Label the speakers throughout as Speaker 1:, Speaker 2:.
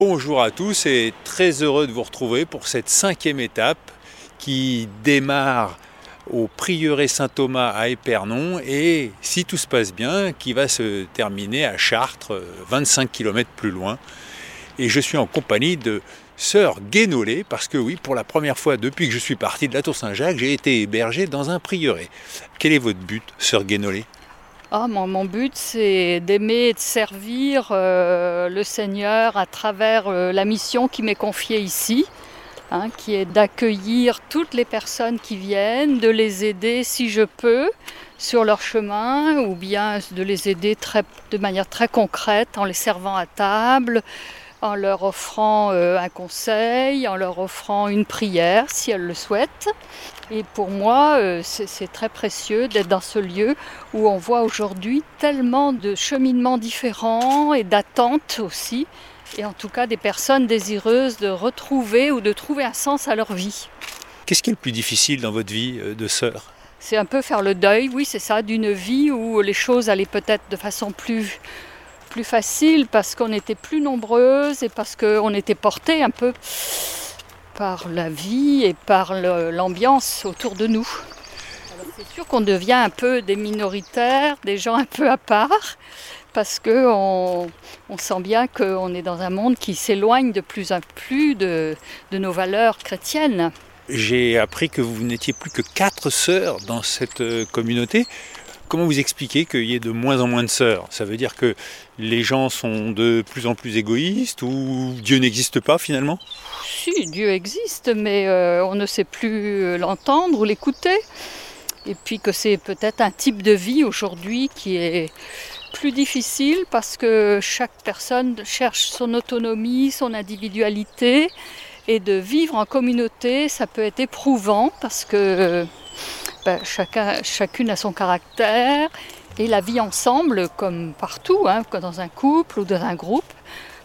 Speaker 1: Bonjour à tous et très heureux de vous retrouver pour cette cinquième étape qui démarre au prieuré Saint-Thomas à Épernon et, si tout se passe bien, qui va se terminer à Chartres, 25 km plus loin. Et je suis en compagnie de Sœur Guénolé, parce que oui, pour la première fois depuis que je suis parti de la Tour Saint-Jacques, j'ai été hébergé dans un prieuré. Quel est votre but, Sœur Guénolé
Speaker 2: ah, mon, mon but, c'est d'aimer et de servir euh, le Seigneur à travers euh, la mission qui m'est confiée ici, hein, qui est d'accueillir toutes les personnes qui viennent, de les aider si je peux sur leur chemin, ou bien de les aider très, de manière très concrète en les servant à table, en leur offrant euh, un conseil, en leur offrant une prière si elles le souhaitent. Et pour moi, euh, c'est c'est très précieux d'être dans ce lieu où on voit aujourd'hui tellement de cheminements différents et d'attentes aussi, et en tout cas des personnes désireuses de retrouver ou de trouver un sens à leur vie.
Speaker 1: Qu'est-ce qui est le plus difficile dans votre vie euh, de sœur
Speaker 2: C'est un peu faire le deuil, oui, c'est ça, d'une vie où les choses allaient peut-être de façon plus plus facile parce qu'on était plus nombreuses et parce qu'on était porté un peu par la vie et par le- l'ambiance autour de nous. Alors, C'est sûr qu'on devient un peu des minoritaires, des gens un peu à part, parce que on, on sent bien qu'on est dans un monde qui s'éloigne de plus en plus de- de nos valeurs chrétiennes.
Speaker 1: J'ai appris que vous n'étiez plus que quatre sœurs dans cette euh, communauté. Comment vous expliquez qu'il y ait de moins en moins de sœurs Ça veut dire que les gens sont de plus en plus égoïstes ou Dieu n'existe pas finalement
Speaker 2: Si, Dieu existe, mais euh, on ne sait plus euh, l'entendre ou l'écouter. Et puis que c'est peut-être un type de vie aujourd'hui qui est plus difficile parce que chaque personne cherche son autonomie, son individualité. Et de vivre en communauté, ça peut être éprouvant parce que euh, ben, chacun, chacune a son caractère. Et la vie ensemble, comme partout, hein, comme dans un couple ou dans un groupe,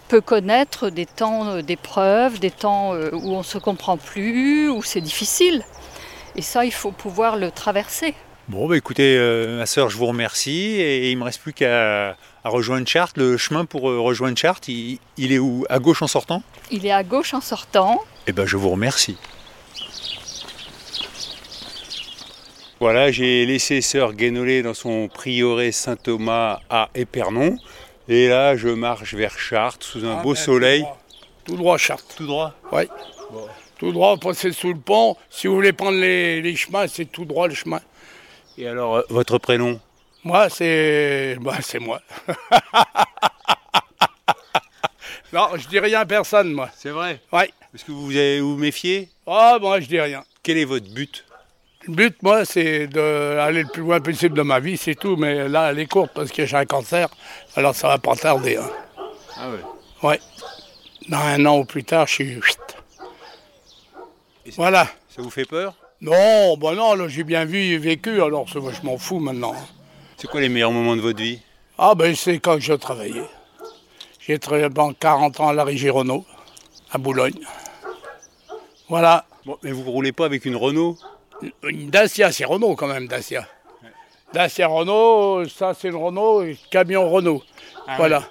Speaker 2: peut connaître des temps euh, d'épreuve, des temps euh, où on ne se comprend plus, où c'est difficile. Et ça, il faut pouvoir le traverser.
Speaker 1: Bon, bah écoutez, euh, ma sœur, je vous remercie et il me reste plus qu'à à rejoindre Chartres. Le chemin pour euh, rejoindre Chartres, il, il est où À gauche en sortant
Speaker 2: Il est à gauche en sortant.
Speaker 1: Eh ben, je vous remercie. Voilà, j'ai laissé sœur Guénolé dans son prieuré Saint-Thomas à Épernon. Et là, je marche vers Chartres sous un
Speaker 3: Ah,
Speaker 1: beau
Speaker 3: ben,
Speaker 1: soleil.
Speaker 3: Tout droit, tout droit, Chartres.
Speaker 1: Tout droit
Speaker 3: Tout droit, passez sous le pont. Si vous voulez prendre les, les chemins, c'est tout droit le chemin.
Speaker 1: Et alors, euh, votre prénom
Speaker 3: Moi, c'est. Bah, c'est moi. non, je dis rien à personne, moi.
Speaker 1: C'est vrai
Speaker 3: Ouais.
Speaker 1: Est-ce que vous avez- vous méfiez
Speaker 3: Ah, moi, je dis rien.
Speaker 1: Quel est votre but
Speaker 3: Le but, moi, c'est d'aller le plus loin possible de ma vie, c'est tout. Mais là, elle est courte parce que j'ai un cancer. Alors, ça va pas tarder. hein.
Speaker 1: Ah ouais.
Speaker 3: Ouais. Dans un an ou plus tard, je suis.
Speaker 1: Et c'est-
Speaker 3: Voilà.
Speaker 1: Ça vous fait peur
Speaker 3: Non, bah non, là j'ai bien vu et vécu, alors ça, je m'en fous maintenant.
Speaker 1: C'est quoi les meilleurs moments de votre vie
Speaker 3: Ah ben c'est quand je travaillais. J'ai travaillé pendant 40 ans à la régie Renault, à Boulogne. Voilà,
Speaker 1: Bon, mais vous roulez pas avec une Renault
Speaker 3: une Dacia, c'est Renault quand même, Dacia. Dacia Renault, ça c'est le Renault, et camion Renault. voilà,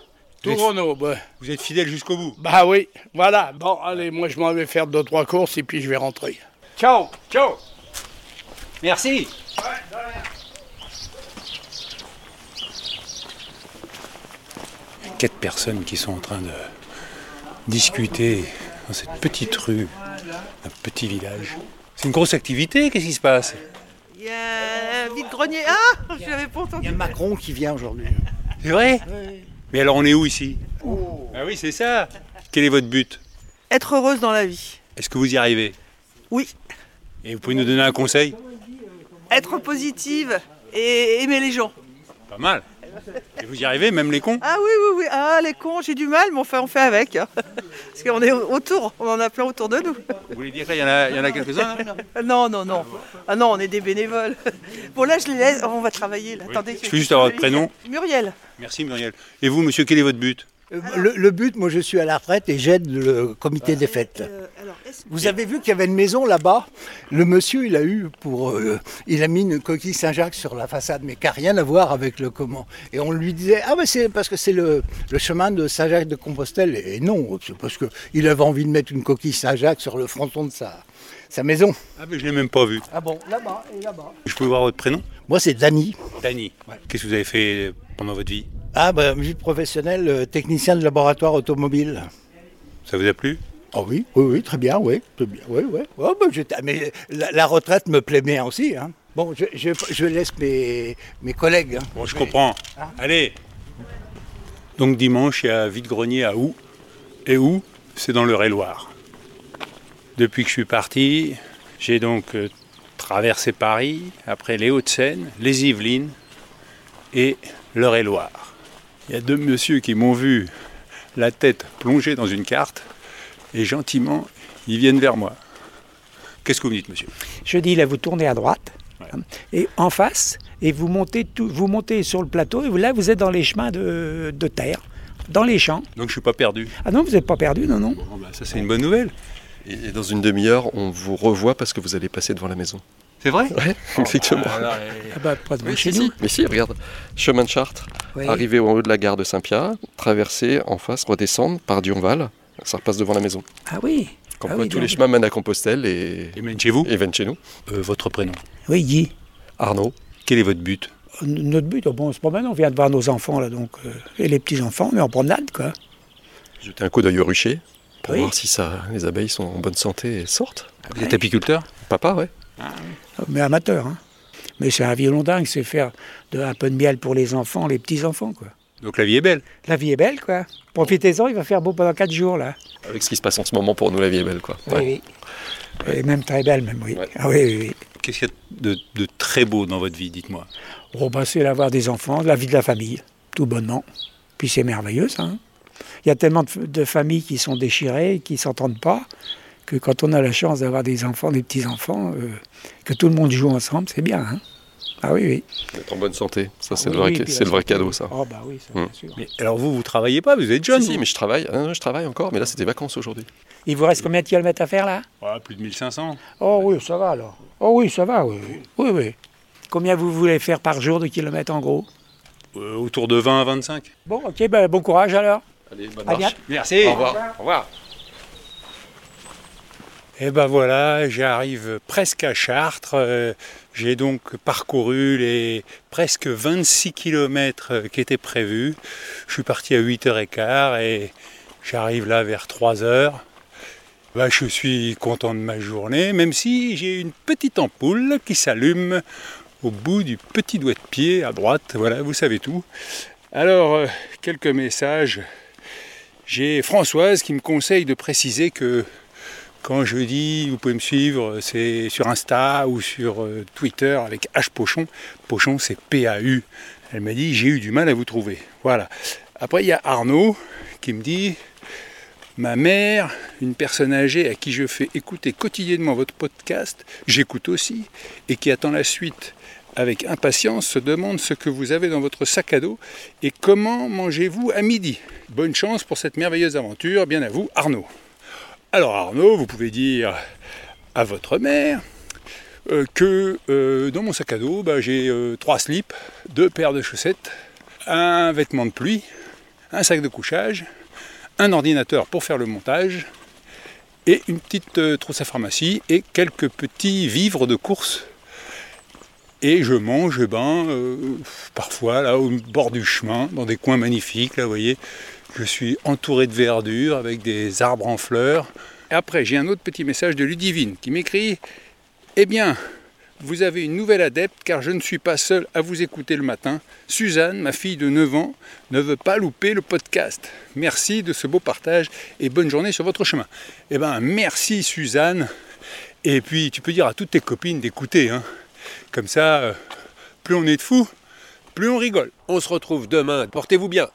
Speaker 3: tout
Speaker 1: Mais-
Speaker 3: Renault. bah.
Speaker 1: Vous êtes fidèle jusqu'au bout.
Speaker 3: bah oui, voilà. Bon, allez, moi je m'en vais faire deux, trois courses et puis je vais rentrer. Ciao, ciao
Speaker 1: Merci. Quatre personnes qui sont en train de discuter dans cette petite rue, un petit village. C'est une grosse activité, qu'est-ce qui se passe
Speaker 4: Il y a un vide-grenier. Ah Je l'avais pas entendu.
Speaker 5: Macron qui vient aujourd'hui.
Speaker 1: C'est vrai Mais alors on est où ici Ah oui, c'est ça Quel est votre but
Speaker 4: Être heureuse dans la vie.
Speaker 1: Est-ce que vous y arrivez
Speaker 4: Oui.
Speaker 1: Et vous pouvez nous donner un conseil
Speaker 4: Être positive et aimer les gens.
Speaker 1: Pas mal. Et vous y arrivez, même les cons
Speaker 4: Ah oui, oui, oui. Ah, les cons, j'ai du mal, mais enfin, on fait avec. hein. Parce qu'on est autour. On en a plein autour de nous.
Speaker 1: Vous voulez dire qu'il y en a, il y en a quelques-uns hein là
Speaker 4: Non, non, non. Ah non, on est des bénévoles. Bon, là, je les laisse. Oh, on va travailler. là. Attendez.
Speaker 1: Je peux juste avoir votre prénom
Speaker 4: Muriel.
Speaker 1: Merci Muriel. Et vous, monsieur, quel est votre but
Speaker 5: Le, le but, moi je suis à la retraite et j'aide le comité des fêtes.
Speaker 4: Euh, alors,
Speaker 5: Vous avez vu qu'il y avait une maison là-bas. Le monsieur, il a eu pour, euh, il a mis une coquille Saint-Jacques sur la façade, mais qui n'a rien à voir avec le comment. Et on lui disait, ah ben c'est parce que c'est le, le chemin de Saint-Jacques de Compostelle. Et non, c'est parce que il avait envie de mettre une coquille Saint-Jacques sur le fronton de sa, sa maison.
Speaker 1: Ah, mais je ne l'ai même pas vu.
Speaker 5: Ah bon, là-bas et là-bas.
Speaker 1: Je peux voir votre prénom
Speaker 5: Moi, c'est Dany.
Speaker 1: Dany. Qu'est-ce que vous avez fait pendant votre vie
Speaker 5: Ah ben, vie professionnelle, euh, technicien de laboratoire automobile.
Speaker 1: Ça vous a plu
Speaker 5: Ah oui, oui, oui, très bien, oui, très bien, oui, oui. Oh, ben, j'étais- ah, mais la, la retraite me plaît bien aussi. hein. Bon, je, je- je laisse mes, mes collègues. hein.
Speaker 1: Bon, je
Speaker 5: Mais-
Speaker 1: comprends. Allez Donc dimanche, il y a Vide-Grenier à Où Et Où C'est dans le Ray-Loire. Depuis que je suis parti, j'ai donc euh, traversé Paris, après les Hauts-de-Seine, les Yvelines et le Ray-Loire. Il y a deux messieurs qui m'ont vu la tête plongée dans une carte et gentiment, ils viennent vers moi. Qu'est-ce que vous me dites, monsieur
Speaker 6: Je dis là, vous tournez à droite
Speaker 1: Ouais.
Speaker 6: hein, et en face et vous montez tout, vous montez sur le plateau et vous- là vous êtes dans les chemins de, de terre, dans les champs.
Speaker 1: Donc je suis pas perdu.
Speaker 6: Ah non, vous n'êtes pas perdu, non non.
Speaker 1: Bon, bah, ça c'est une bonne nouvelle.
Speaker 7: Et et dans une demi-heure, on vous revoit parce que vous allez passer devant la maison.
Speaker 1: C'est vrai
Speaker 7: Ouais,
Speaker 6: Oh,
Speaker 7: effectivement.
Speaker 6: Ah bah pas devant
Speaker 7: Oui,
Speaker 6: chez
Speaker 7: si,
Speaker 6: nous.
Speaker 7: si. Mais si, regarde, chemin de Chartres,
Speaker 6: Oui.
Speaker 7: arrivé en haut de la gare de Saint-Pierre, traverser en face, redescendre par Dionval, ça repasse devant la maison.
Speaker 6: Ah oui.
Speaker 7: Comme
Speaker 6: Ah
Speaker 7: quoi,
Speaker 6: oui,
Speaker 7: tous
Speaker 6: donc-
Speaker 7: les chemins mènent à Compostelle et,
Speaker 1: Et même chez vous
Speaker 7: et viennent chez nous.
Speaker 1: Euh, Votre prénom
Speaker 6: Oui, Guy.
Speaker 7: Arnaud,
Speaker 1: Quel est votre but
Speaker 6: N- Notre but, oh, bon, on se promène, on vient de voir nos enfants là donc euh, et les petits enfants, mais en promenade quoi.
Speaker 7: jetez un coup d'œil au rucher pour
Speaker 6: Oui.
Speaker 7: voir si ça, les abeilles sont en bonne santé et sortent.
Speaker 1: Vous êtes apiculteur
Speaker 7: Papa, ouais.
Speaker 6: Mais amateur. Hein. Mais c'est un violon dingue, c'est faire de, un peu de miel pour les enfants, les petits enfants quoi.
Speaker 1: Donc la vie est belle.
Speaker 6: La vie est belle quoi. Profitez-en, il va faire beau pendant quatre jours là.
Speaker 7: Avec ce qui se passe en ce moment pour nous, la vie est belle, quoi. Ouais.
Speaker 6: Oui, oui. Et même très belle, même, oui.
Speaker 7: Ouais.
Speaker 6: Ah oui, oui, oui.
Speaker 1: Qu'est-ce qu'il y a de, de très beau dans votre vie, dites-moi
Speaker 6: Oh, ben, c'est l'avoir des enfants, la vie de la famille, tout bonnement. Puis c'est merveilleux, ça. hein. Il y a tellement de, de familles qui sont déchirées, qui s'entendent pas, que quand on a la chance d'avoir des enfants, des petits-enfants, euh, que tout le monde joue ensemble, c'est bien. hein. Ah oui, oui.
Speaker 7: D'être en bonne santé, ça c'est
Speaker 6: Ah
Speaker 7: le,
Speaker 6: oui,
Speaker 7: vrai,
Speaker 6: oui, puis
Speaker 7: c'est le vrai
Speaker 6: la santé.
Speaker 7: cadeau, ça.
Speaker 6: Oh, bah oui, ça,
Speaker 7: Hum.
Speaker 6: bien sûr.
Speaker 1: mais, Alors vous, vous travaillez pas, vous êtes jeune
Speaker 7: Si, si,
Speaker 1: vous
Speaker 7: mais je travaille. Ah, non, je travaille encore, mais là c'était vacances aujourd'hui.
Speaker 6: Il vous reste combien de kilomètres à faire, là
Speaker 1: Ah, Plus de 1500.
Speaker 6: Oh oui, ça va, alors. Oh oui, ça va, oui. oui. Oui, oui. Combien vous voulez faire par jour de kilomètres, en gros
Speaker 1: Euh, autour de 20 à 25.
Speaker 6: Bon, ok, ben, bon courage, alors.
Speaker 7: Allez, bonne
Speaker 6: À bientôt.
Speaker 1: Merci
Speaker 7: Au revoir. Au revoir.
Speaker 1: Et ben voilà, j'arrive presque à Chartres. Euh, J'ai donc parcouru les presque 26 km qui étaient prévus. Je suis parti à 8h15 et j'arrive là vers 3h. Bah, je suis content de ma journée, même si j'ai une petite ampoule qui s'allume au bout du petit doigt de pied à droite. Voilà, vous savez tout. Alors, euh, quelques messages. J'ai Françoise qui me conseille de préciser que quand je dis vous pouvez me suivre, c'est sur Insta ou sur euh, Twitter avec H Pochon. Pochon c'est P-A-U. Elle m'a dit j'ai eu du mal à vous trouver. Voilà. Après il y a Arnaud qui me dit ma mère, une personne âgée à qui je fais écouter quotidiennement votre podcast, j'écoute aussi et qui attend la suite avec impatience se demande ce que vous avez dans votre sac à dos et comment mangez-vous à midi. Bonne chance pour cette merveilleuse aventure, bien à vous Arnaud. Alors Arnaud, vous pouvez dire à votre mère euh, que euh, dans mon sac à dos, bah, j'ai euh, trois slips, deux paires de chaussettes, un vêtement de pluie, un sac de couchage, un ordinateur pour faire le montage et une petite euh, trousse à pharmacie et quelques petits vivres de course. Et je mange eh ben, euh, parfois là au bord du chemin, dans des coins magnifiques, là vous voyez, je suis entouré de verdure avec des arbres en fleurs. Et après, j'ai un autre petit message de Ludivine qui m'écrit Eh bien, vous avez une nouvelle adepte car je ne suis pas seul à vous écouter le matin. Suzanne, ma fille de 9 ans, ne veut pas louper le podcast. Merci de ce beau partage et bonne journée sur votre chemin. Eh bien, merci Suzanne. Et puis, tu peux dire à toutes tes copines d'écouter. hein. Comme ça, euh, plus on est de fous, plus on rigole.
Speaker 8: On se retrouve demain. Portez-vous bien.